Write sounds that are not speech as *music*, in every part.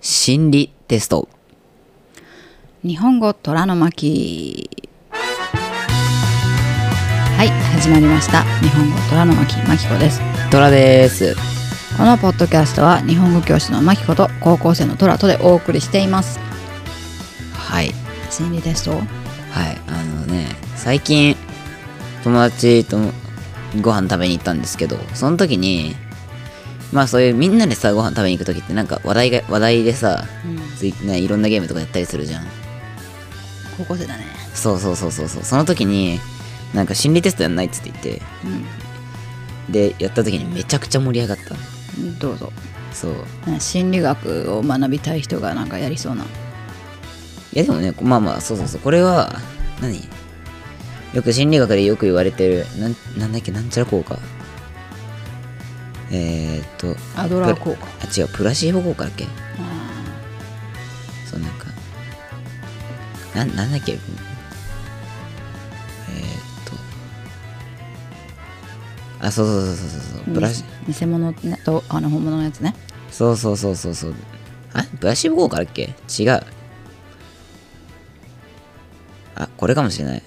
心理テスト日本語虎の巻はい始まりました日本語虎の巻巻子ですトラですこのポッドキャストは日本語教師の巻子と高校生の虎とでお送りしていますはい心理テストはいあのね最近友達とご飯食べに行ったんですけどその時にまあそういうみんなでさご飯食べに行く時ってなんか話題が話題でさ、ついねいろんなゲームとかやったりするじゃん高校生だねそうそうそうそうそうその時になんか心理テストやんないっつって言ってでやった時にめちゃくちゃ盛り上がったうんどうぞそうなんか心理学を学びたい人がなんかやりそうないやでもねまあまあそうそうそうこれは何よく心理学でよく言われてるなんなんだっけなんちゃら効果えー、っとアドラー効果あ違うプラシーボ効果だっけそうなんかなんなんだっけえー、っとあそうそうそうそうそうそうプラシに偽物とあの本物のやつねそうそうそうそうそうあプラシーボ効果だっけ違うあこれかもしれない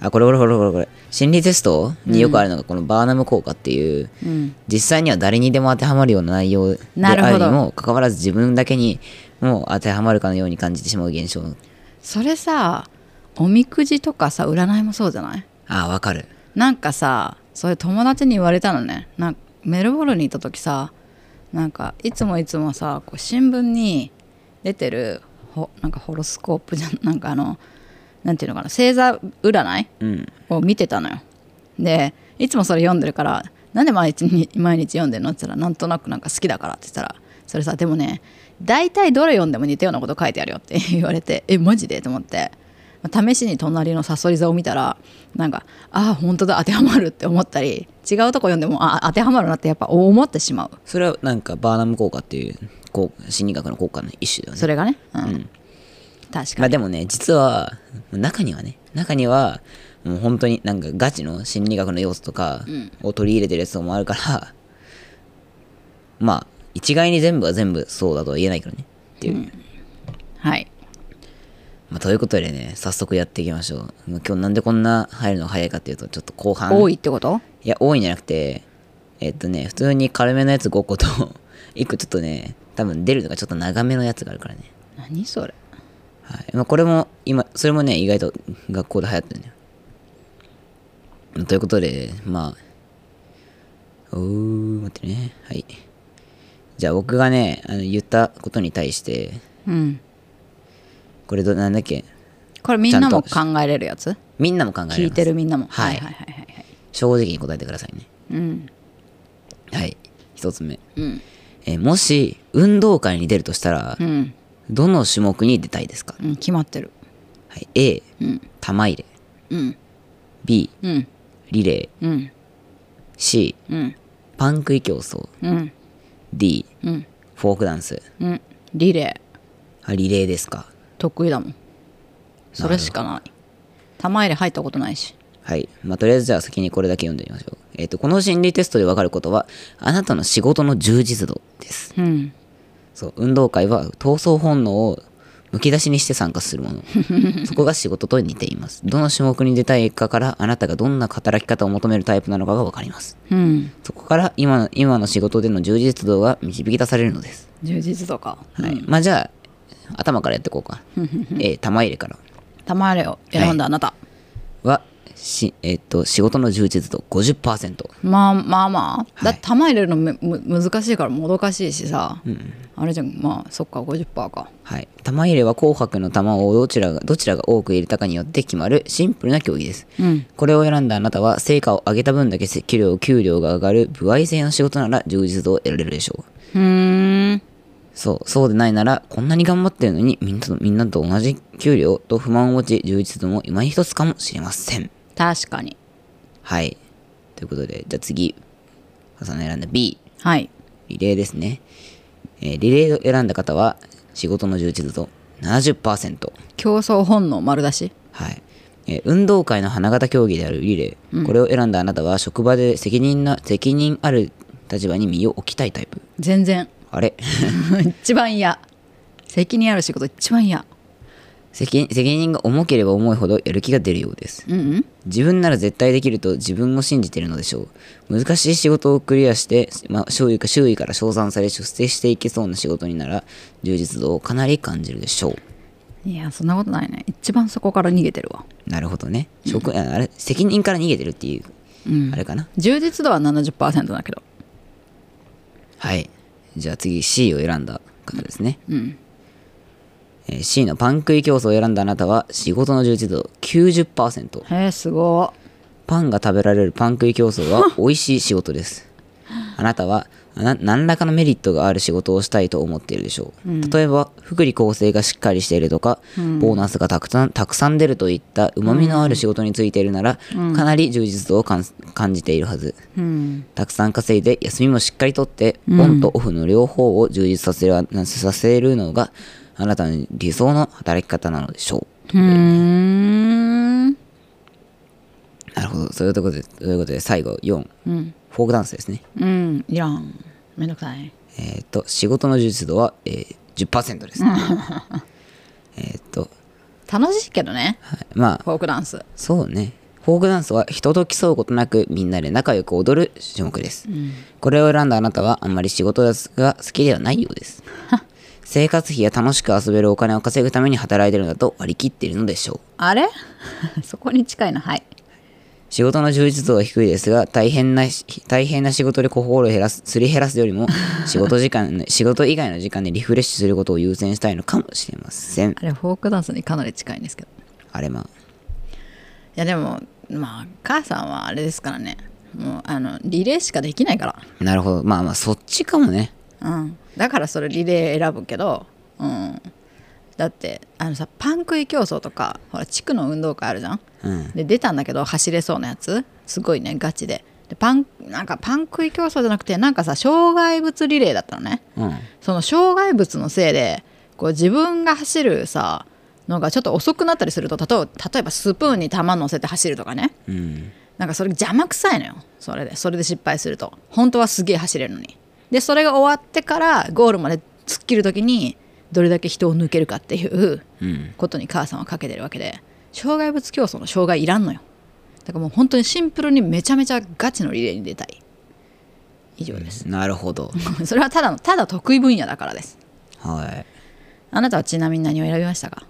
あこれこれこれこれこれ心理テストによくあるのがこのバーナム効果っていう、うん実際には誰にでも当てはまるような内容でなるあほるどにもかかわらず自分だけにもう当てはまるかのように感じてしまう現象それさおみくじとかさ占いもそうじゃないあわかるなんかさそれ友達に言われたのねなんかメルボルンにいた時さなんかいつもいつもさこう新聞に出てるほなんかホロスコープじゃんなんかあのなんていうのかな星座占いうんを見てたのよでいつもそれ読んでるから「なんで毎日に毎日読んでんの?」って言ったら「なんとなくなんか好きだから」って言ったらそれさでもね大体どれ読んでも似たようなこと書いてあるよって *laughs* 言われて「えマジで?」と思ってまあ試しに隣のさそり座を見たらなんか「ああ本当だ当てはまる」って思ったり違うとこ読んでも「ああ当てはまるな」ってやっぱ思ってしまうそれはなんかバーナム効果っていうこう心理学の効果の一種だよねそれがね、うん確まかあに、でもね、実は、中にはね、中には、もう本当になんかガチの心理学の要素とかを取り入れてるやつもあるから、まあ、一概に全部は全部そうだとは言えないけどね。っていう。はいまあ、ということでね、早速やっていきましょう。まあ今日なんでこんな入るの早いかっていうと、ちょっと後半。多いいってことや、多いんじゃなくて、えっとね、普通に軽めのやつ5個と、1個ちょっとね、多分出るのがちょっと長めのやつがあるからね。何それはいまあ、これも今それもね意外と学校で流行ってるんだよということでまあおー待ってねはいじゃあ僕がねあの言ったことに対してうんこれどなんだっけこれみんなもちゃ考えれるやつみんなも考えられます聞いてるみんなもはいはいはいはいはい正直に答えてくださいねうんはい一つ目、うんえーもし運動会に出るとしたら、うん、どの種目に出たいですか、うん、決まってるはい A うん玉入れうん B うんリレーうん C うんパン食い競争うん D うんフォークダンスうんリレーあリレーですか得意だもんそれしかない玉入れ入ったことないしはい、まあ、とりあえずじゃあ先にこれだけ読んでみましょう、えっとこの心理テストで分かることはあなたの仕事の充実度ですうんそう運動会は闘争本能をむき出しにして参加するものそこが仕事と似ていますどの種目に出たいかからあなたがどんな働き方を求めるタイプなのかが分かりますうんそこから今の今の仕事での充実度が導き出されるのです、充実とか、はいまあじゃあ頭からやっていこうかえー玉入れから玉入れを選んだあなた、はし、えっと仕事の充実度50%まあまあまあはだいって玉入れるのむむ難しいからもどかしいしさ、あれじゃんまあそっか50%かはい、玉入れは紅白の玉をどちらがどちらが多く入れたかによって決まるシンプルな競技です、うんこれを選んだあなたは成果を上げた分だけせ給料給料が上がる歩合制の仕事なら充実度を得られるでしょううーんそうそうでないならこんなに頑張ってるのにみんなとみんなと同じ給料と不満を持ち充実度も今一つかもしれません確かにはいということでじゃあ次さんの選んだ B はいリレーですね、えーリレーを選んだ方は仕事の充実度70%競争本能丸出しはいえー運動会の花形競技であるリレー、これを選んだあなたは職場で責任な責任ある立場に身を置きたいタイプ全然 *laughs* あれ *laughs* 一番嫌責任ある仕事一番嫌責任責任が重ければ重いほどやる気が出るようですうんうん自分なら絶対できると自分を信じているのでしょう難しい仕事をクリアして、まあ、周囲か周囲から称賛され出世していけそうな仕事になら充実度をかなり感じるでしょういやそんなことないね一番そこから逃げてるわなるほどね職ああれ責任から逃げてるっていう、うんあれかな充実度は70%だけどはいじゃあ次 C を選んだ方ですね、うんえー C のパン食い競争を選んだあなたは仕事の充実度90%へえすごパンが食べられるパン食い競争は美味しい仕事ですあなたはな何らかのメリットがある仕事をしたいと思っているでしょう、例えば福利厚生がしっかりしているとか、ボーナスがたくさんたくさん出るといったうまみのある仕事についているなら、かなり充実度を感感じているはずうんたくさん稼いで休みもしっかりとってオンとオフの両方を充実させるさせるのがあなたの理想の働き方なのでしょううーんなるほどそういうことでということで最後4うんフォークダンスですねうんいらんめんどくさいえっ、と仕事の充実度は、えー、10%です *laughs* えっと、楽しいけどねはい、まあフォークダンスそうねフォークダンスは人と競うことなくみんなで仲良く踊る種目です、これを選んだあなたはあんまり仕事が好きではないようです *laughs* 生活費や楽しく遊べるお金を稼ぐために働いてるのだと割り切っているのでしょうあれ *laughs* そこに近いなはい仕事の充実度は低いですが大変なし大変な仕事で心を減らすすり減らすより *laughs* も仕事時間仕事以外の時間でリフレッシュすることを優先したいのかもしれませんあれフォークダンスにかなり近いんですけどあれまあいやでもまあ母さんはあれですからねもうあのリレーしかできないかなるほどまあまあそっちかもねら、うん、だからそれリレー選ぶけど、うん、だってあのさパン食い競争とかほら地区の運動会あるじゃんうんで出たんだけど走れそうなやつすごいねガチででパンなんかパン食い競争じゃなくてなんかさ障害物リレーだったのねうんその障害物のせいでこう自分が走るさのがちょっと遅くなったりすると例えば例えばスプーンに玉乗せて走るとかねうんなんかそれ邪魔くさいのよそれでそれで失敗すると本当はすげえ走れるのにでそれが終わってからゴールまで突っ切る時にどれだけ人を抜けるかっていううんことに母さんはかけてるわけで障害物競争の障害いらんのよだからもう本当にシンプルにめちゃめちゃガチのリレーに出たい以上ですなるほどそれはただのただ得意分野だからですはいあなたはちなみに何を選びましたか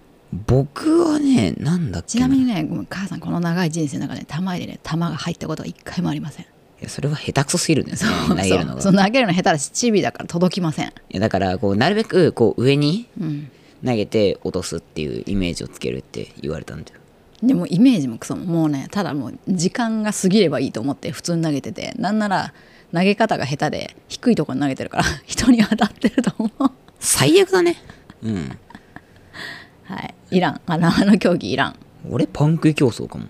僕はねなんだっけちなみにねごめん母さんこの長い人生の中で球入れね球が入ったことは一回もありませんいやそれは下手くそすぎるんですよ投げるのがそうそう投げるの下手だしチビだから届きませんいやだからこうなるべくこう上にん投げて落とすっていうイメージをつけるって言われたんだよでもイメージもクソももうねただもう時間が過ぎればいいと思って普通に投げててなんなら投げ方が下手で低いところに投げてるから *laughs* 人に当たってると思う最悪だねうんはいいらんあのあの競技いらん俺パン食い競争かも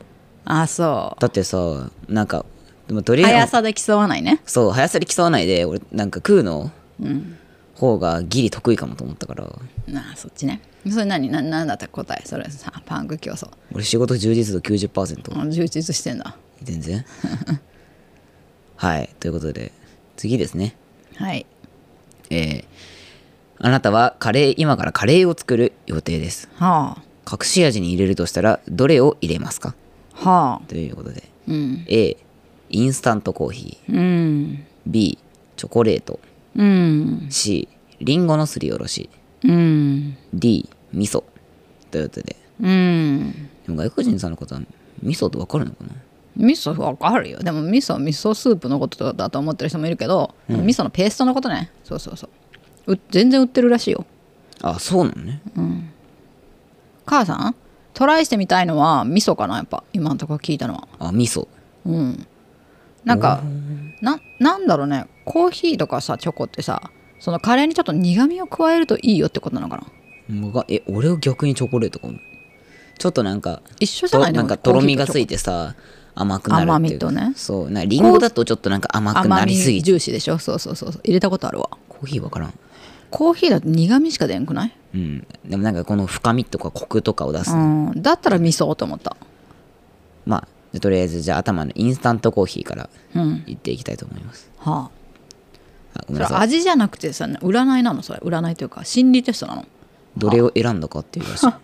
あそうだってさなんかでもとりあえ速ずさで競わないねそう速さで競わないで俺なんか食うのうん方がギリ得意かもと思ったからあそっちねそれ何な何だった答えそれさパンク競争俺仕事充実度90%、うん充実してんだ全 *laughs* 然はいということで次ですねはいえーあなたはカレー今からカレーを作る予定ですは隠し味に入れるとしたらどれを入れますかあはあということでうん A インスタントコーヒーうん B チョコレートうん C リンゴのすりおろしうん D 味噌ということでうんでも外国人さんのことは味噌ってわかるのかな味噌わかるよでも味噌味噌スープのことだと思ってる人もいるけど、味噌のペーストのことねそうそうそうう全然売ってるらしいよあそうなのね母さんトライしてみたいのは味噌かなやっぱ今のところ聞いたのはあ味噌うんなんかななんだろうねコーヒーとかさチョコってさそのカレーにちょっと苦味を加えるといいよってことなのかな僕はえ俺は逆にチョコレートかもちょっとなんか一緒じゃとないのなんかとろみがついててさ甘くなるっていうか甘みとねそうなリンゴだとちょっとなんか甘く甘なりみすぎて重視でしょそうそうそうそう入れたことあるわコーヒーわからんコーヒーだと苦味しか出んくない、うんでもなんかこの深みとかコクとかを出す、うん、だったら味噌と思ったまあじゃあとりあえずじゃあ頭のインスタントコーヒーからうんいっていきたいと思います、はああごめそんれなはさい味じゃなくてさ占いなのそれ占いというか心理テストなのどれを選んだかっていうらしいは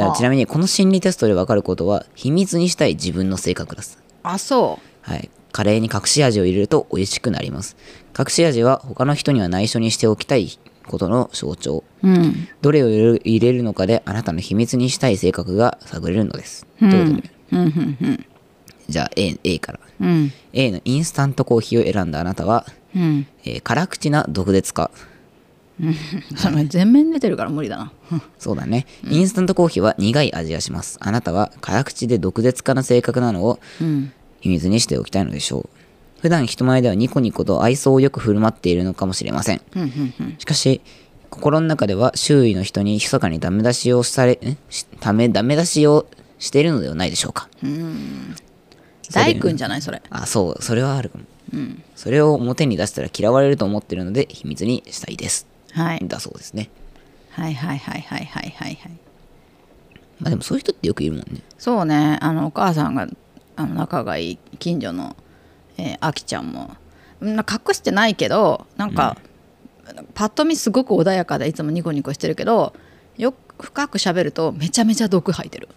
ああちなみにこの心理テストで分かることは秘密にしたい自分の性格ですあそはい。カレーに隠し味を入れると美味しくなります。隠し味は他の人には内緒にしておきたいことの象徴。ううんどれを入れる入れるのかであなたの秘密にしたい性格が探れるのです。うんということで、うんうんうんじゃあ A, A から。うん A のインスタントコーヒーを選んだあなたは、うんえー辛口な毒舌か。その全面出てるから無理だなそうだね。インスタントコーヒーは苦い味がします。あなたは辛口で毒舌家な性格なのをうん秘密にしておきたいのでしょう。普段人前ではニコニコと愛想をよく振る舞っているのかもしれません。うんうんうんしかし心の中では周囲の人に密かにダメ出しをされんしためダメ出しをしているのではないでしょうかそれ大君じゃないそれあそうそれはあるかも、それを表に出したら嫌われると思ってるので秘密にしたいですはいだそうですねはいはいはいはいはいはいはいまあでもそういう人ってよくいるもんねそうねあのお母さんがあの仲がいい近所の、えー、あきちゃんもうん隠してないけどなんか、パッと見すごく穏やかでいつもニコニコしてるけどよく深く喋るとめちゃめちゃ毒吐いてる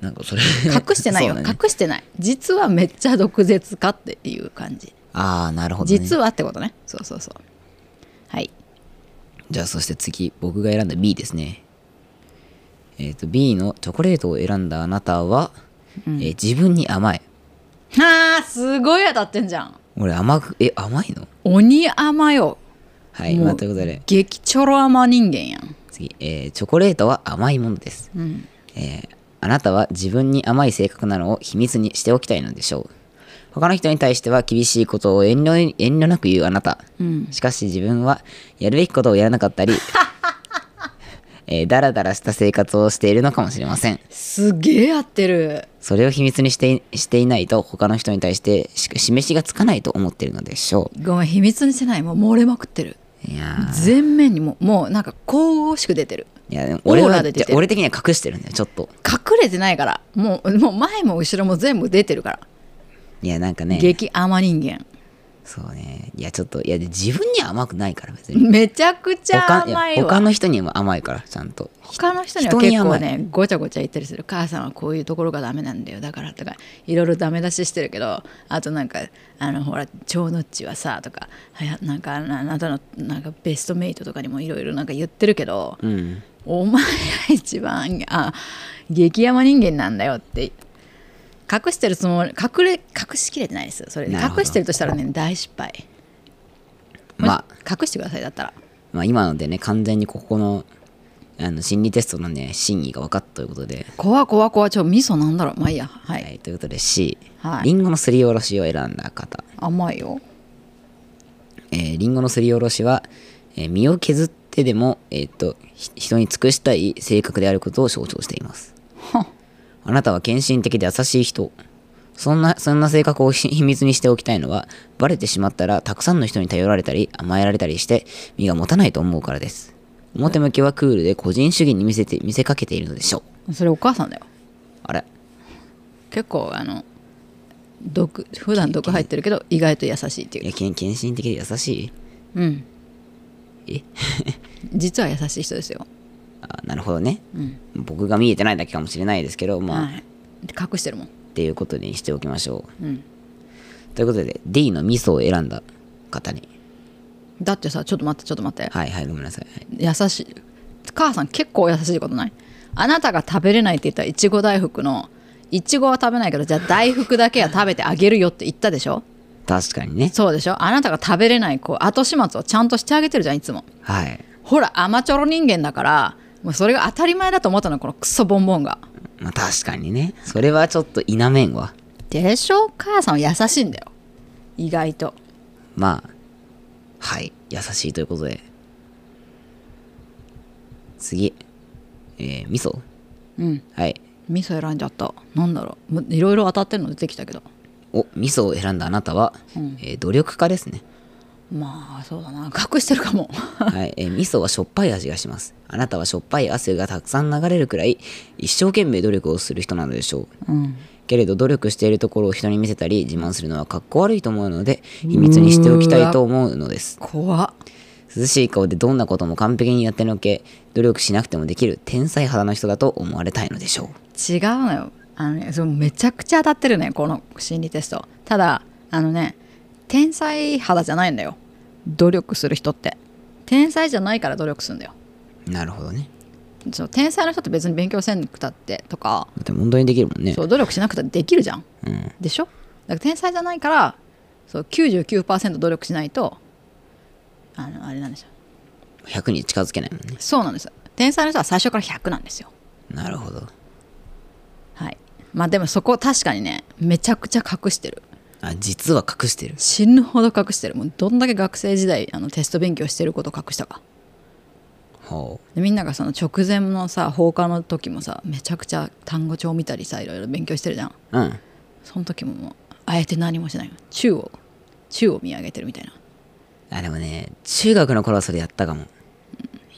なんかそれ隠してない *laughs* よ、そうだね、隠してない実はめっちゃ毒舌かっていう感じ、ああなるほど、ね、実はってことねそうそうそうはいじゃあそして次僕が選んだ B ですねえっ、と B のチョコレートを選んだあなたは、えー自分に甘いあーすごい当たってんじゃん俺甘くえ甘いの鬼甘よはい、もうまあ、ということで激チョロ甘人間やん次、えーチョコレートは甘いものです、うんえーあなたは自分に甘い性格なのを秘密にしておきたいのでしょう他の人に対しては厳しいことを遠慮遠慮なく言うあなた、うんしかし自分はやるべきことをやらなか *laughs* ったりえー、だらだらした生活をしているのかもしれませんすげえ合ってるそれを秘密にしていしていないと他の人に対してし示しがつかないと思っているのでしょごめん秘密にしてないもう漏れまくってるういやー全面にもうもうなんか神々しく出てるいやでも俺オーラはでじ出ゃてある俺的には隠してるんだよちょっと隠れてないからもうもう前も後ろも全部出てるから、いやなんかね激甘人間そうね。いや、ちょっと、いや、で自分には甘くないから、別に。めちゃくちゃいや甘いわ他他のの人にも甘いから、ちゃんと。人には人に結甘構いねごちゃごちゃ言ったりする母さんはこういうところがダメなんだよだからとかいろいろダメ出ししてるけどあとなんかあのほら超のっちはさとかはやなんかあなあなたのなんかベストメイトとかにもいろいろなんか言ってるけど、うん。お前が一番あ激ヤマ人間なんだよって隠してるつもり隠れ隠しきれてないですそれなるほど隠してるとしたらね大失敗まあ、隠してくださいだったらまあ、今のでね、完全にここの、あの、心理テストのね、真意が分かったということで。怖怖怖ちょ味噌なんだろうまあいいやは、はいい。ということで C。はいリンゴのすりおろしを選んだ方。甘いよえー、リンゴのすりおろしは、えー身を削ってでも、えーっと、ひ人に尽くしたい性格であることを象徴しています。あなたは献身的で優しい人。そんな、そんな性格をひ秘密にしておきたいのは、バレてしまったら、たくさんの人に頼られたり、甘えられたりして、身が持たないと思うからです。表向きはクールで個人主義に見せて、見せかけているのでしょう。それお母さんだよあれ結構あの毒普段毒入ってるけど意外と優しいっていいうや、献献身的で優しうんいえ実は優しい人ですよ、あなるほどね。うん僕が見えてないだけかもしれないですけど、まあ、はい、隠してるもんっていうことにしておきましょう。うんということで D の味噌を選んだ方にだってさちょっと待ってちょっと待ってはいはいごめんなさいはい優しい母さん結構優しいことないあなたが食べれないって言ったいちご大福のいちごは食べないけどじゃあ大福だけは食べてあげるよって言ったでしょ確かにねそうでしょあなたが食べれないこう後始末をちゃんとしてあげてるじゃんいつもはいほら甘ちょろ人間だからもうそれが当たり前だと思ったのこのクソボンボンがまあ確かにねそれはちょっと否めんわでしょ母さんは優しいんだよ意外とまあはい優しいということで次えー、味噌うんはい味噌選んじゃったなんだろうもういろいろ当たってるの出てきたけどお味噌を選んだあなたは、えー努力家ですねまあそうだな隠してるかも *laughs* はい、えー味噌はしょっぱい味がしますあなたはしょっぱい汗がたくさん流れるくらい一生懸命努力をする人なのでしょううんけれど努力しているところを人に見せたり自慢するのはかっこ悪いと思うので秘密にしておきたいと思うのです怖っ涼しい顔でどんなことも完璧にやってのけ努力しなくてもできる天才肌の人だと思われたいのでしょう違うのよあのねそうめちゃくちゃ当たってるねこの心理テストただあのね天才肌じゃないんだよ努力する人って天才じゃないから努力するんだよなるほどねそう天才の人って別に勉強せんくたってとか、だって本当にできるもんねそう努力しなくたってできるじゃんうん、でしょだから天才じゃないからそう99%努力しないとあのあれなんですよ100に近づけないもんねそうなんですよ天才の人は最初から100なんですよなるほどはいまあでもそこ確かにねめちゃくちゃ隠してるあ実は隠してる死ぬほど隠してるもうどんだけ学生時代あのテスト勉強してること隠したかほでみんながその直前のさ放課の時もさめちゃくちゃ単語帳見たりさいろいろ勉強してるじゃんううんその時ももうあえて何もしない宙を宙を見上げてるみたいなあでもね中学の頃はそれやったかも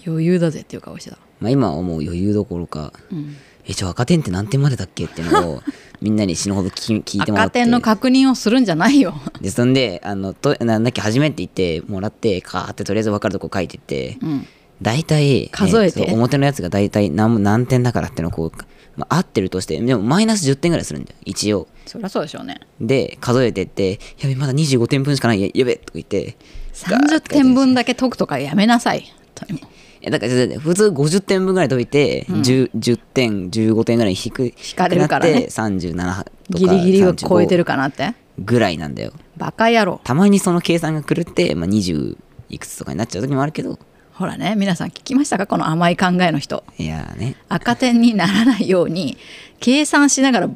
余裕だぜっていう顔してたまあ今はもう余裕どころか、うんえじゃあ赤点って何点までだっけっていうのをみんなに死ぬほど聞き聞いてもら赤っ *laughs* て点の確認をするんじゃないよでそんであのとなんだっけ初めて言ってもらってかーってとりあえず分かるとこ書いてって、うん大体、ね数えてそう表のやつが大体何何点だからってのをこう、まあ、合ってるとしてでもマイナス10点ぐらいするんだよ一応 *laughs* そりゃそうでしょうねで数えてって「やべまだ25点分しかないややべ」とか言って30点分だけ解くとかやめなさい本当にもういやだから普通50点分ぐらい解いて、10, 10点15点ぐらい引く引かれるからね37とかギリギリを超えてる35かなってぐらいなんだよバカ野郎たまにその計算が狂って、まあ、20いくつとかになっちゃう時もあるけどほらね皆さん聞きましたかこの甘い考えの人いやーね赤点にならないように計算しながら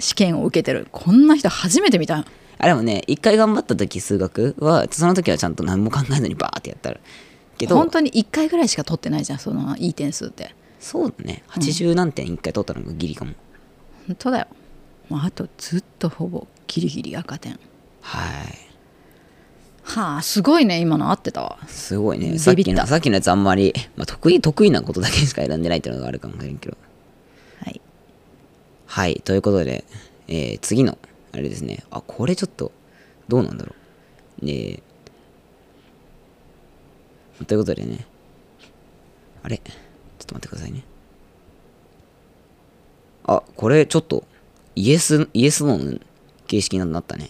試験を受けてるこんな人初めて見たあれもね一回頑張った時数学はその時はちゃんと何も考えずにバーってやったらけど本当に1回ぐらいしか取ってないじゃんそのいい点数ってそうだね80何点一回取ったのがギリかも、本当だよもうあとずっとほぼギリギリ赤点はいはあすごいね今の合ってたわすごいねビさっビきっのたさっきのやつあんまり、まあ、得意得意なことだけしか選んでないっていうのがあるかもしれんけどはいはい、ということで、えー次の、あれですね。あ、これちょっと、どうなんだろう。えーということでね、あれちょっと待ってくださいね。あ、これちょっと、イエス、イエスノーの形式になったね。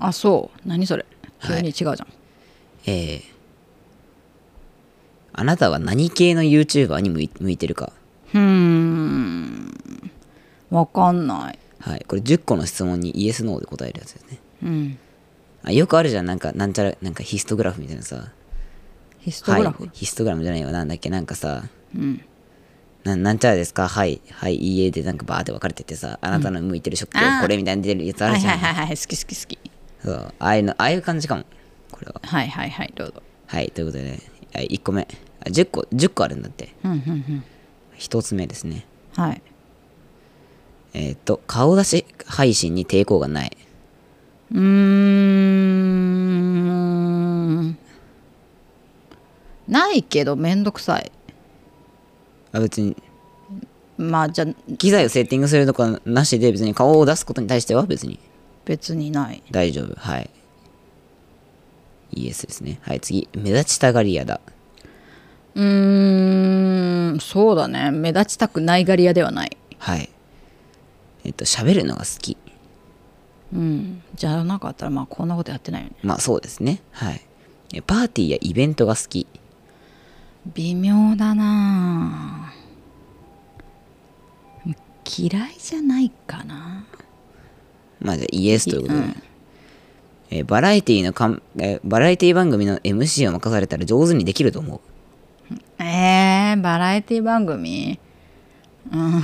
あそう何それは急いに違うじゃん、えーあなたは何系の YouTuber に向い向いてるか。うーんわかんないはい、これ10個の質問にイエスノーで答えるやつですね。うんあよくあるじゃん、なんか、なんちゃら、なんかヒストグラフみたいなさ。ヒストグラフ、はい、ヒストグラムじゃないわなんだっけなんかさうんななんちゃらですかはいはいいいえでなんかバーって分かれててさあなたの向いてる職業、あーこれみたいに出るやつあはるいじゃはん、いはいはい好き好き好きそうああいうのああいう感じかもこれははいはいはいどうぞはいということでね1個目あ10個10個あるんだってうんうんうん1つ目ですねはいえーっと顔出し配信に抵抗がないうーんないけどめんどくさいあ別にまあじゃあ機材をセッティングするとかなしで別に顔を出すことに対しては別に別にない大丈夫はいイエスですねはい次目立ちたがり屋だうーんそうだね目立ちたくないがり屋ではないはい。えっと、喋るのが好き。うんじゃなかったらまあこんなことやってないよねまあそうですね。はい。えパーティーやイベントが好き。微妙だなぁ嫌いじゃないかなまあじゃあイエスということで。うんえバラエティのかんえバラエティ番組の MC を任されたら上手にできると思う。えー、バラエティ番組うん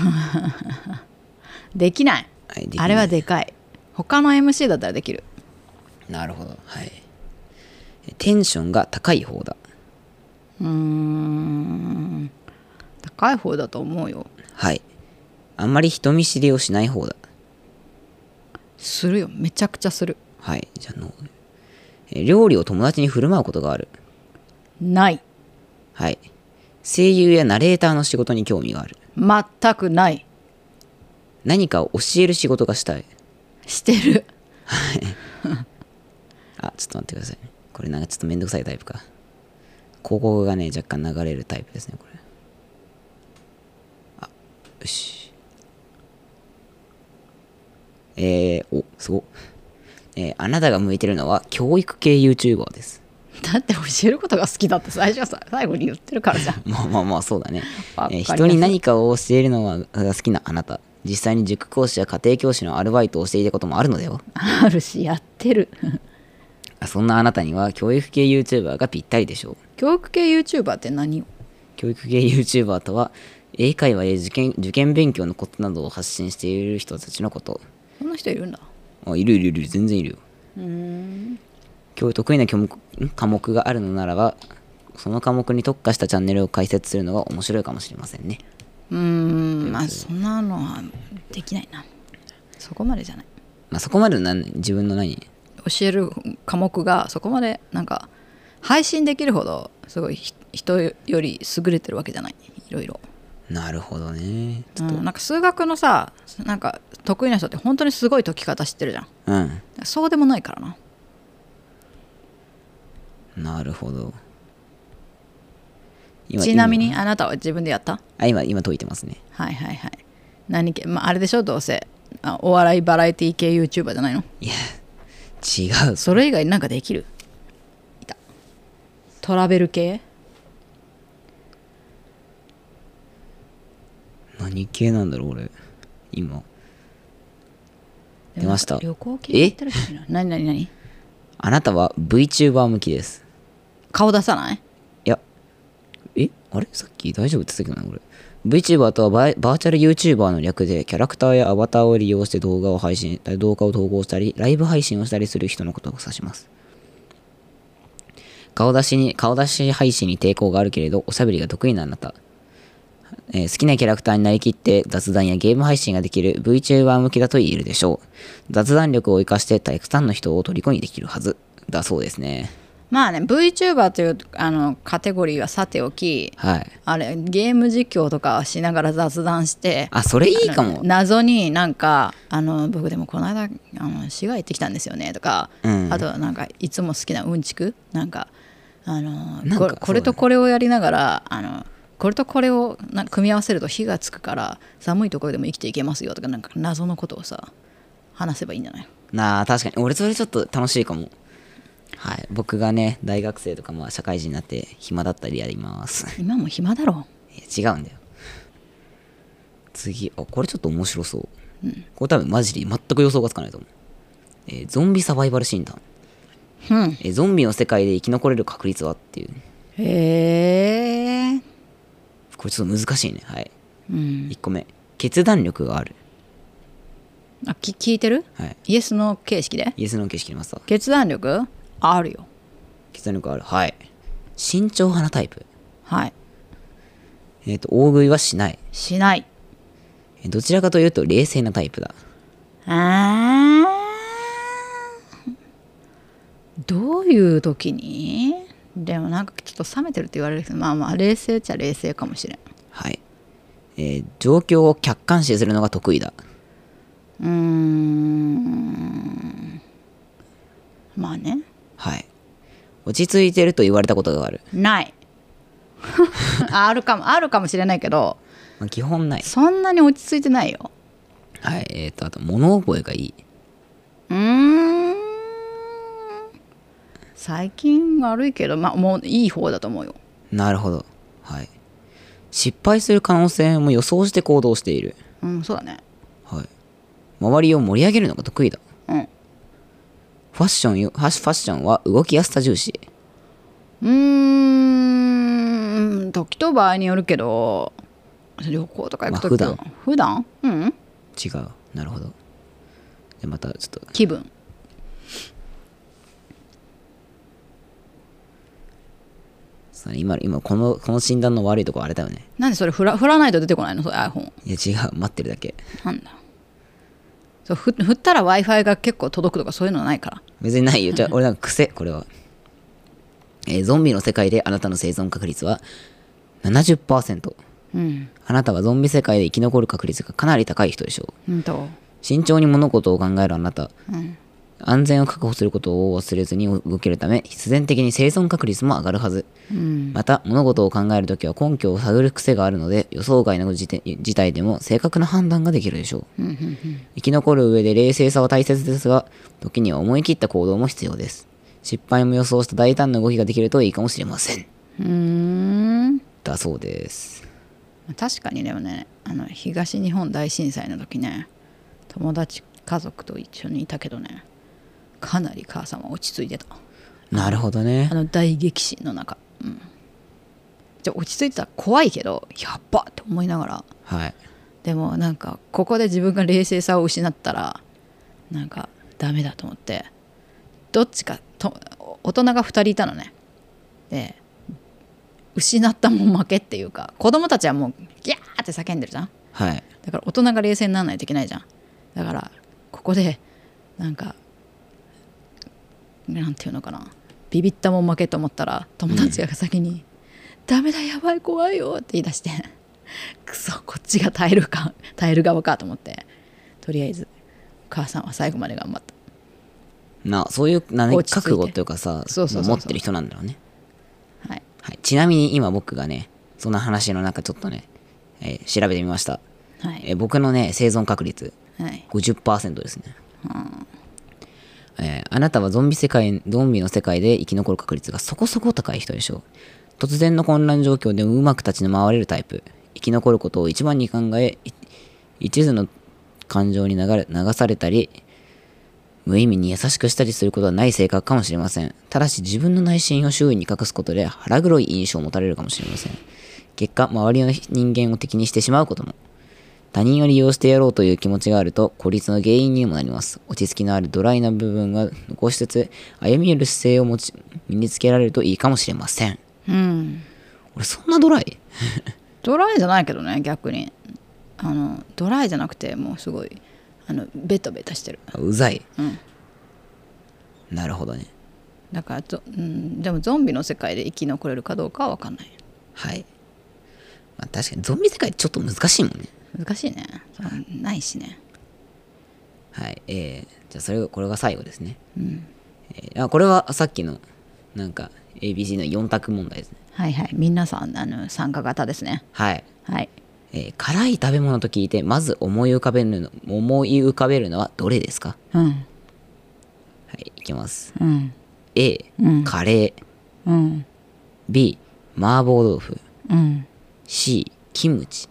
*laughs* できないはい、できるあれはでかい他の MC だったらできるなるほど。はい。えテンションが高い方だ。うーん高い方だと思うよはい。あんまり人見知りをしない方だ。するよめちゃくちゃするはい。じゃあの、え料理を友達に振る舞うことがある。ないはい。声優やナレーターの仕事に興味がある。全くない何かを教える仕事がしたい。してる *laughs* あ、ちょっと待ってくださいね。これなんかちょっとめんどくさいタイプか。広告がね、若干流れるタイプですね、これ。あ、よし。えー、お、すごっ。えーあなたが向いてるのは教育系 YouTuber です。だって教えることが好きだって最初はさ最後に言ってるからじゃんまあまあまあそうだね、わかえりーやすい人に何かを教えるのはが好きなあなた実際に塾講師や家庭教師のアルバイトをしていたこともあるのでは *laughs* あるしやってるそんなあなたには教育系 YouTuber がぴったりでしょう *laughs* 教育系 YouTuber って何を教育系 YouTuber とは英会話や受験受験勉強のことなどを発信している人たちのことそんな人いるんだあいるいるいる全然いるようーん教得意な科目ん科目があるのならばその科目に特化したチャンネルを開設するのが面白いかもしれませんねうーんまあそんなのはできないなそこまでじゃないまあそこまでなん自分の何教える科目がそこまでなんか配信できるほどすごいひ人より優れてるわけじゃないいろいろ、なるほどねうんなんか数学のさなんか得意な人って本当にすごい解き方知ってるじゃんうんそうでもないからななるほど。今ちなみ。に今あなたは自分でやったあ、今、今解いてますね。はいはいはい何系、まあ、あれでしょどうせあお笑いバラエティ系 YouTuber じゃないのいや、違う。それ以外なんかできるいたトラベル系何系なんだろう、俺。今。出ましたでもなんか旅行系やってるしな *laughs* 何何何あなたは VTuber 向きです。顔出さないいや、えあれさっき大丈夫って言ってたけどな、俺。VTuber とはバイバーチャル YouTuber の略で、キャラクターやアバターを利用して動画を配信、あ動画を投稿したり、ライブ配信をしたりする人のことを指します。顔出しに、顔出し配信に抵抗があるけれど、おしゃべりが得意なあなた。えー好きなキャラクターになりきって雑談やゲーム配信ができる VTuber 向きだと言えるでしょう。雑談力を活かしてたくさんの人を虜にできるはず。だそうですね。まあね VTuber というあのカテゴリーはさておきはい。あれゲーム実況とかしながら雑談してあ、それいいかあのも。謎になんかあの僕でもこの間あの市街行ってきたんですよねとか、うんあとなんかいつも好きなうんちくなんかあのなんかこそうだれねこれとこれをやりながらあのこれとこれをなんか組み合わせると火がつくから寒いところでも生きていけますよとかなんか謎のことをさ話せばいいんじゃないなあ確かに俺それちょっと楽しいかもはい僕がね大学生とかまあ社会人になって暇だったりやります *laughs* 今も暇だろいや違うんだよ次あこれちょっと面白そう、これ多分マジで全く予想がつかないと思う、えーゾンビサバイバル診断、うんえーゾンビの世界で生き残れる確率はっていうへえこれちょっと難しいねはいうん1個目決断力があるあき聞いてるはいイエスの形式でイエスの形式でマスター決断力あるよ決断力があるはい慎重派なタイプはいえっ、と大食いはしないしないえーどちらかというと冷静なタイプだあーどういう時にでもなんかちょっと冷めてるって言われるけどまあまあ冷静っちゃ冷静かもしれんはい、えー状況を客観視するのが得意だうーんまあねはい落ち着いてると言われたことがある、ない *laughs* ああるかもあるかもしれないけどまあ、基本ないそんなに落ち着いてないよはいえっ、とあと物覚えがいいうーん最近悪いけどまあもういい方だと思うよなるほどはい失敗する可能性も予想して行動しているうんそうだねはい周りを盛り上げるのが得意だうんファッションよファッファッションは動きやすさ重視うーん時と場合によるけど旅行とか行くときまあは普段うん違うなるほどでまたちょっと気分その今の今このこの診断の悪いとこあれだよねなんでそれ振ら振らないと出てこないのそれ iPhone いや違う待ってるだけなんだそうふ振ったら w i f i が結構届くとかそういうのはないから別にないよ。じゃあ、俺なんか癖、これは。えーゾンビの世界であなたの生存確率は70%。ううんあなたはゾンビ世界で生き残る確率がかなり高い人でしょう。うんと慎重に物事を考えるあなた。うん安全を確保することを忘れずに動けるため、必然的に生存確率も上がるはず。うんまた、物事を考えるときは根拠を探る癖があるので、予想外の事態事態でも正確な判断ができるでしょう。うんうん生き残る上で冷静さは大切ですが、時には思い切った行動も必要です。失敗も予想した大胆な動きができるといいかもしれません。うんうだそうです。ーん確かにでもねあの東日本大震災の時ね友達家族と一緒にいたけどねかなり母さんは落ち着いてたなるほどねあ。の大激震の中、うん、じゃあ落ち着いてたら怖いけどやっばって思いながらはい。でもなんかここで自分が冷静さを失ったらなんかダメだと思ってどっちかと大人が2人いたのねで失ったもん負けっていうか子供たちはもうギャーって叫んでるじゃんはい。だから大人が冷静にならないといけないじゃんだからここでなんかなんていうのかなビビったもん負けと思ったら友達が先に「ダメだやばい怖いよ」って言い出して *laughs* 「クソこっちが耐えるか耐える側か」と思ってとりあえず母さんは最後まで頑張ったな、そういう、なね、落ち着いて覚悟というかさ、そうそうそうそうも持ってる人なんだろうね。はいはい。ちなみに今僕がね、その話の中ちょっとね、えー調べてみました。はえいー僕のね、生存確率、はい50%ですね。えーあなたはゾンビ世界、ゾンビの世界で生き残る確率がそこそこ高い人でしょう。突然の混乱状況でもうまく立ち回れるタイプ。生き残ることを一番に考え、い一途の感情に流れ流されたり、無意味に優しくしたりすることはない性格かもしれません。ただし自分の内心を周囲に隠すことで腹黒い印象を持たれるかもしれません。結果、周りの人間を敵にしてしまうことも。他人を利用してやろうという気持ちがあると孤立の原因にもなります落ち着きのあるドライな部分が残しつつ歩み寄る姿勢を持ち身につけられるといいかもしれませんうん俺そんなドライドライじゃないけどね逆にあのドライじゃなくてもうすごいあのベタベタしてるうざいうんなるほどねだからゾ、うん、でもゾンビの世界で生き残れるかどうかは分かんないはい、まあ、確かにゾンビ世界ちょっと難しいもんね難しいねそうないしねはいえー、じゃあそれがこれが最後ですね、うんえーあこれはさっきのなんか ABC の4択問題ですねはいはい皆さんあの参加型ですねはいはいえー辛い食べ物と聞いてまず思い浮かべるの思い浮かべるのはどれですかうんはい、いきます。うん A、うんカレー。うん B、麻婆豆腐。うん C、キムチ。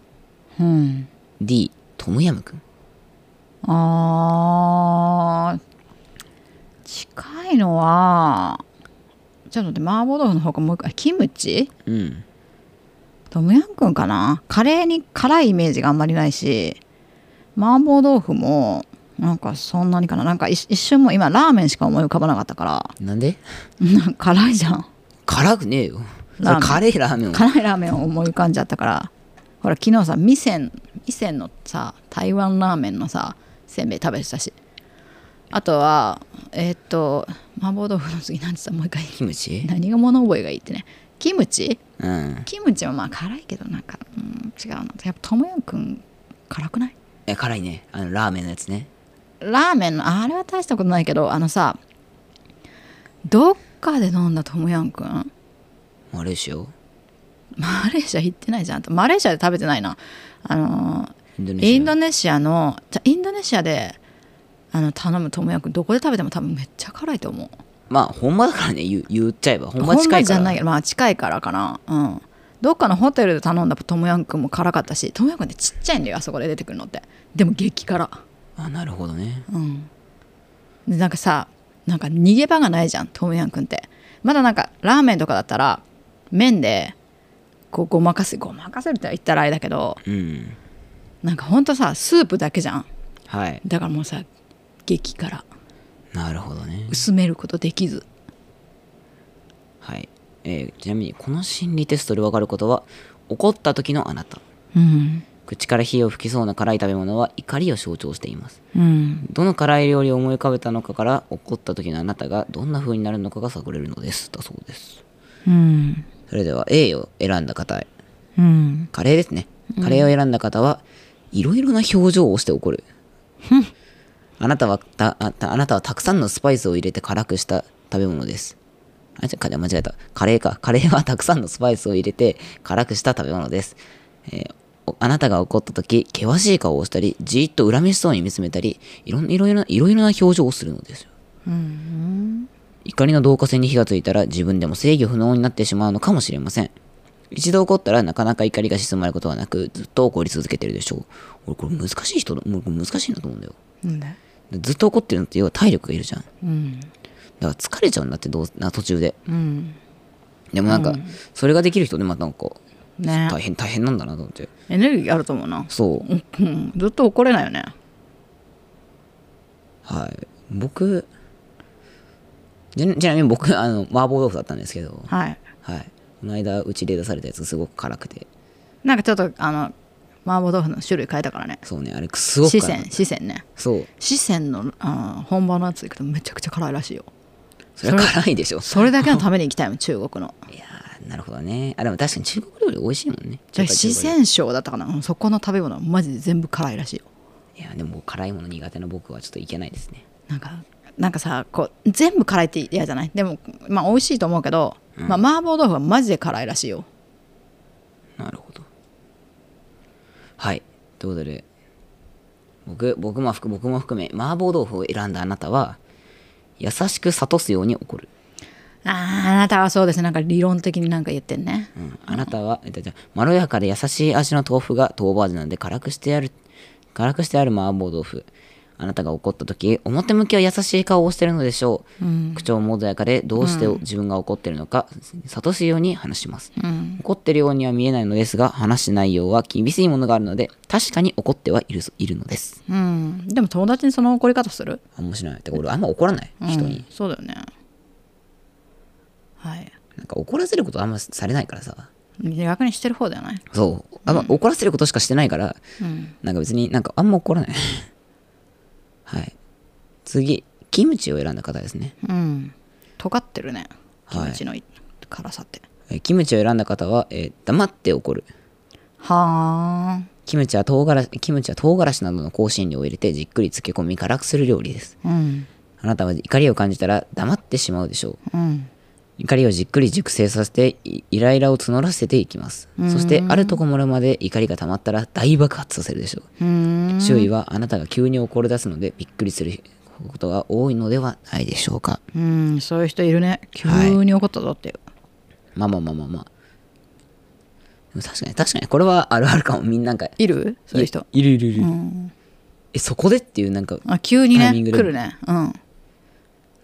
うん D、トムヤムクン。あー近いのはちょっと待って麻婆豆腐の方がもう一回キムチうん。トムヤンくんかなカレーに辛いイメージがあんまりないし麻婆豆腐もなんかそんなにかななんか一一瞬もう今ラーメンしか思い浮かばなかったから *laughs* なんでなんか辛いじゃん辛くねえよ。そラーメれンカレーラーメンを。辛いラーメンを思い浮かんじゃったからほら昨日さ味仙味仙のさ台湾ラーメンのさせんべい食べてたしあとはえーっと麻婆豆腐の次なんてさもう一回キムチ何が物覚えがいいってねキムチうん。キムチはまあ辛いけどなんか、うん、違うなやっぱトムヤンくん辛くないえ、辛いね。あの、ラーメンのやつね。ラーメンのあれは大したことないけどあのさどっかで飲んだトムヤンくんあれでしょマレーシア行ってないじゃんあんたマレーシアで食べてないなあのーインドネシア。インドネシアのじゃインドネシアであの頼むトムヤムクンどこで食べても多分めっちゃ辛いと思うまあ、本場だからね、言う言っちゃえば。本場近本場いじかゃないらけ。どまあ近いからかなうんどっかのホテルで頼んだトムヤムクンも辛かったしトムヤムクンってちっちゃいんだよあそこで出てくるのってでも激辛あ、なるほどね。うんでなんかさなんか逃げ場がないじゃんトムヤムクンってまだなんかラーメンとかだったら麺でこうごまかせごまかせるって言ったらあれだけどうん。なんかほんとさスープだけじゃんはい。だからもうさ激辛なるほどね。薄めることできずはい。えーちなみに、この心理テストでわかることは、怒った時のあなた。うん口から火を吹きそうな辛い食べ物は怒りを象徴しています。うんどの辛い料理を思い浮かべたのかから怒った時のあなたがどんな風になるのかが探れるのですだそうですうんそれでは A を選んだ方へうんカレーですねカレーを選んだ方はいろいろな表情をして怒るあなたはたあたあなたはたくさんのスパイスを入れて辛くした食べ物ですあじゃカレー間違えたカレーかカレーはたくさんのスパイスを入れて辛くした食べ物です、えーおあなたが怒った時険しい顔をしたりじーっと恨めしそうに見つめたりいろんいろいろないろいろな表情をするのですよ怒りの導火線に火がついたら自分でも制御不能になってしまうのかもしれません一度怒ったらなかなか怒りが静まることはなくずっと怒り続けてるでしょう俺これ難しい人だもうこれ難しいなと思うんだよなんでずっと怒ってるのって要は体力がいるじゃんだかうんら疲れちゃうんだってどうな途中でうんでもなんか、それができる人でまたなんかね大変大変なんだなと思ってエネルギーあると思うなそううんずっと怒れないよねはい僕ちなちなみに僕あの麻婆豆腐だったんですけどはいはいこの間うちで出されたやつすごく辛くてなんかちょっとあの麻婆豆腐の種類変えたからねそうねあれすごく四辛川い四川ねそう四川のあー本場のやつ行くとめちゃくちゃ辛いらしいよそれは辛いでしょそれだけのために行きたいもん中国のいやーなるほどねあでも確かに中国料理美味しいもんねじゃあ中華中四華料川省だったかなうんそこの食べ物はマジで全部辛いらしいよ理いやでも辛いもの苦手な僕はちょっといけないですねなんかなんかさこう全部辛いって嫌じゃないでもまあ美味しいと思うけど、まあ、麻婆豆腐はマジで辛いらしいよなるほどはいということで僕僕も含僕も含め麻婆豆腐を選んだあなたは優しく諭すように怒る、あーあなたはそうですねなんか理論的になんか言ってんねうん、あなたはえっとじゃあまろやかで優しい味の豆腐が豆腐味なので辛くしてやる辛くしてある麻婆豆腐あなたが怒った時表向きは優しい顔をしてるのでしょう、口調も穏やかでどうして自分が怒ってるのか諭すように話します、怒ってるようには見えないのですが話す内容は厳しいものがあるので確かに怒ってはいるいるのですうんでも友達にその怒り方するあんましないてか俺あんま怒らない人に、うんそうだよねはいなんか怒らせることあんまされないからさ逆にしてる方じゃないそうあんま怒らせることしかしてないから、うんなんか別になんかあんま怒らない *laughs* はい次キムチを選んだ方ですねうん尖ってるね気はい持ちの辛さってえキムチを選んだ方は、えー黙って怒るはあキムチは唐辛子キムチは唐辛子などの香辛料を入れてじっくり漬け込み辛くする料理ですうんあなたは怒りを感じたら黙ってしまうでしょううん怒りをじっくり熟成させていイライラを募らせていきますそしてあるところまで怒りが溜まったら大爆発させるでしょううん周囲はあなたが急に怒り出すのでびっくりすることが多いのではないでしょうかうんそういう人いるね急に怒ったぞっていう、まあまあまあまあまあでも確かに確かにこれはあるあるかもみんななんかい、るそういう人いるいるいる、えそこでっていうなんかあ急にタねイミングで来るねうん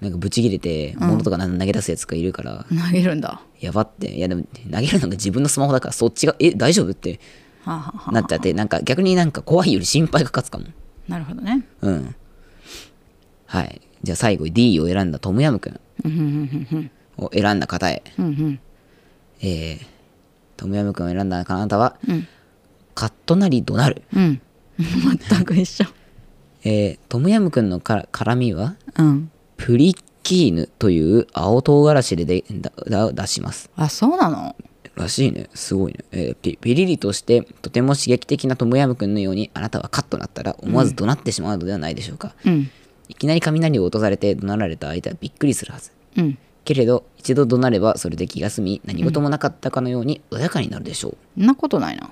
なんかブチ切れて物とかな投げ出すやつがいるから、投げるんだはやばっていやでも投げるのが自分のスマホだからそっちがえ大丈夫ってあ、はあはあ、なっちゃってなんか逆になんか怖いより心配が勝つかもなるほどねうん。はい。じゃあ最後 D を選んだトムヤムくんを選んだ方へ。うんうんえー、トムヤムくんを選んだあなたは、カッとなり怒鳴る。うん全く一緒えー、トムヤムくんのから辛みは、うんプリッキーヌという青唐辛子ででだだ出します。あそうなのらしいね。すごいね。えーピピリリとして、とても刺激的なトムヤムくんのように、あなたはカッとなったら、思わず怒鳴ってしまうのではないでしょうか。うんいきなり雷を落とされて怒鳴られた相手はびっくりするはず。うんけれど一度怒鳴ればそれで気が済み何事もなかったかのように穏やかになるでしょう、そんなことないな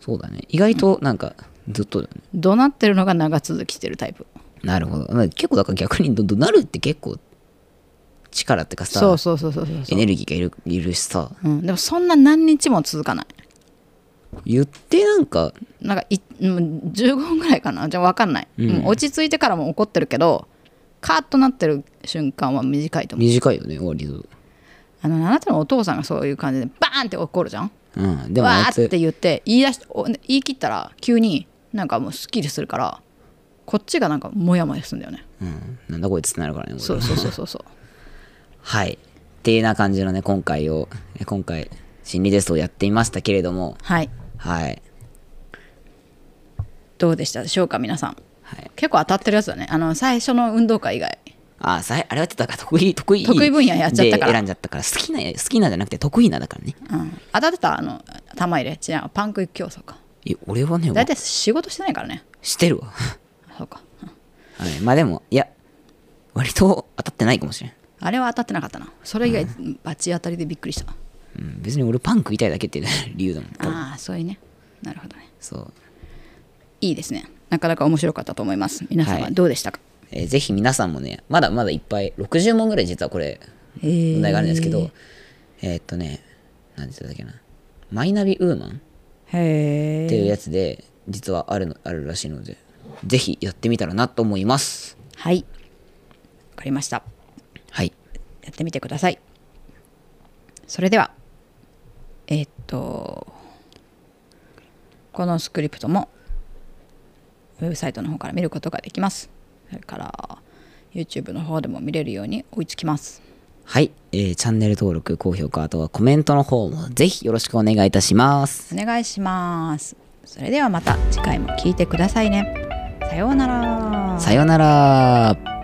そうだね意外となんかずっとだね怒鳴ってるのが長続きしてるタイプなるほどまあ結構だから逆にど怒鳴るって結構力ってかさそうそうそうそうそうエネルギーがいるいるしさうん、でもそんな何日も続かない言ってなんかなんかいうん15分ぐらいかなじゃあ分かんない、うん落ち着いてからも怒ってるけどカーッとなってる瞬間は短いと思う短いよね割とあのあなたのお父さんがそういう感じでバーンって怒るじゃんうんでもわあいーっつて言って言い出しお言い切ったら急になんかもうすっきりするからこっちがなんかモヤモヤするんだよねうん、なんだこいつってなるからね俺そうそうそうそうそう *laughs* はいっていうな感じのね今回をえ今回心理テストをやってみましたけれどもはいはいどうでしたでしょうか皆さんはい結構当たってるやつだねあの最初の運動会以外あさいあれはちょっとだから得意得意得意分野やっちゃったかでら選んじゃったから好きな好きなじゃなくて得意なだからねうん、当たってたあの玉入れ違うパン食い競争かいえ俺はね大体仕事してないからねしてるわ *laughs* そうかうんはいまあでもいや割と当たってないかもしれん、あれは当たってなかったなそれ以外バチ当たりでびっくりしたうん、別に俺パン食いたいだけっていう *laughs* 理由だもん多分ああそういうねなるほどねそう、いいですねなかなか面白かったと思います皆様はいどうでしたか、えーぜひ皆さんもねまだまだいっぱい60問ぐらい実はこれえー問題があるんですけど、えーっとね何て言ったっけなマイナビウーマンへっていうえやつで実はあるのあるらしいのでぜひやってみたらなと思いますはいわかりましたはいやってみてくださいそれではえーっとこのスクリプトもウェブサイトの方から見ることができますそれから YouTube の方でも見れるように追いつきますはい、えーチャンネル登録高評価あとはコメントの方もぜひよろしくお願いいたしますお願いしますそれではまた次回も聞いてくださいねさようならさようなら